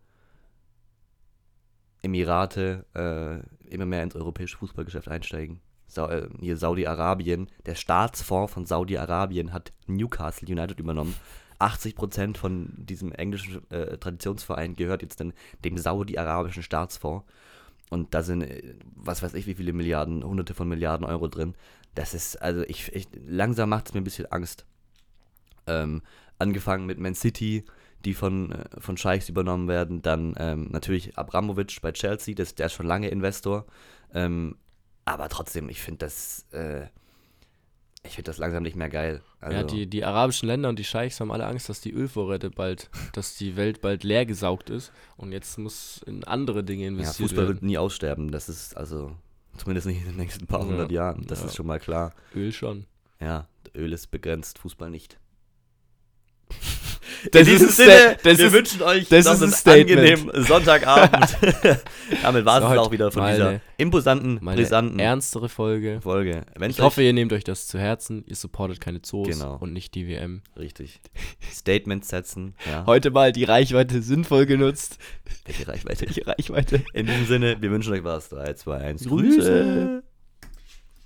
Speaker 3: Emirate äh, immer mehr ins europäische Fußballgeschäft einsteigen. Sau äh, hier Saudi-Arabien, der Staatsfonds von Saudi-Arabien hat Newcastle United übernommen. 80% von diesem englischen äh, Traditionsverein gehört jetzt dann dem saudi-arabischen Staatsfonds. Und da sind, äh, was weiß ich, wie viele Milliarden, hunderte von Milliarden Euro drin. Das ist, also ich, ich langsam macht es mir ein bisschen Angst. Ähm, angefangen mit Man City, die von, äh, von Scheichs übernommen werden. Dann ähm, natürlich Abramovic bei Chelsea, das, der ist schon lange Investor. Ähm, aber trotzdem, ich finde das, äh, ich finde das langsam nicht mehr geil. Also,
Speaker 2: Ja, die, die arabischen Länder und die Scheichs haben alle Angst, dass die Ölvorräte bald, dass die Welt bald leer gesaugt ist und jetzt muss in andere Dinge
Speaker 3: Ja,
Speaker 2: investiert
Speaker 3: Fußball wird
Speaker 2: werden.
Speaker 3: nie aussterben. Das ist also zumindest nicht in den nächsten paar
Speaker 2: Ja.
Speaker 3: hundert Jahren. Das
Speaker 2: Ja.
Speaker 3: ist schon mal klar.
Speaker 2: Öl schon.
Speaker 3: Ja, Öl ist begrenzt, Fußball nicht.
Speaker 2: Das
Speaker 3: in diesem
Speaker 2: ist ein Sta-
Speaker 3: Sinne,
Speaker 2: das
Speaker 3: wir
Speaker 2: ist-
Speaker 3: wünschen euch
Speaker 2: das
Speaker 3: noch
Speaker 2: ist ein
Speaker 3: einen
Speaker 2: Statement.
Speaker 3: angenehmen Sonntagabend. Damit war es
Speaker 2: So,
Speaker 3: auch wieder von
Speaker 2: meine-
Speaker 3: dieser imposanten,
Speaker 2: Meine
Speaker 3: brisanten
Speaker 2: ernstere Folge.
Speaker 3: Folge. Wenn
Speaker 2: Ich hoffe, ihr nehmt euch das zu Herzen. Ihr supportet keine Zoos
Speaker 3: Genau.
Speaker 2: und nicht die WM.
Speaker 3: richtig Statements setzen. Ja,
Speaker 2: Heute mal die Reichweite sinnvoll genutzt.
Speaker 3: welche Reichweite.
Speaker 2: Die Reichweite.
Speaker 3: In diesem Sinne, wir wünschen euch was. 3, 2, 1.
Speaker 2: Grüße.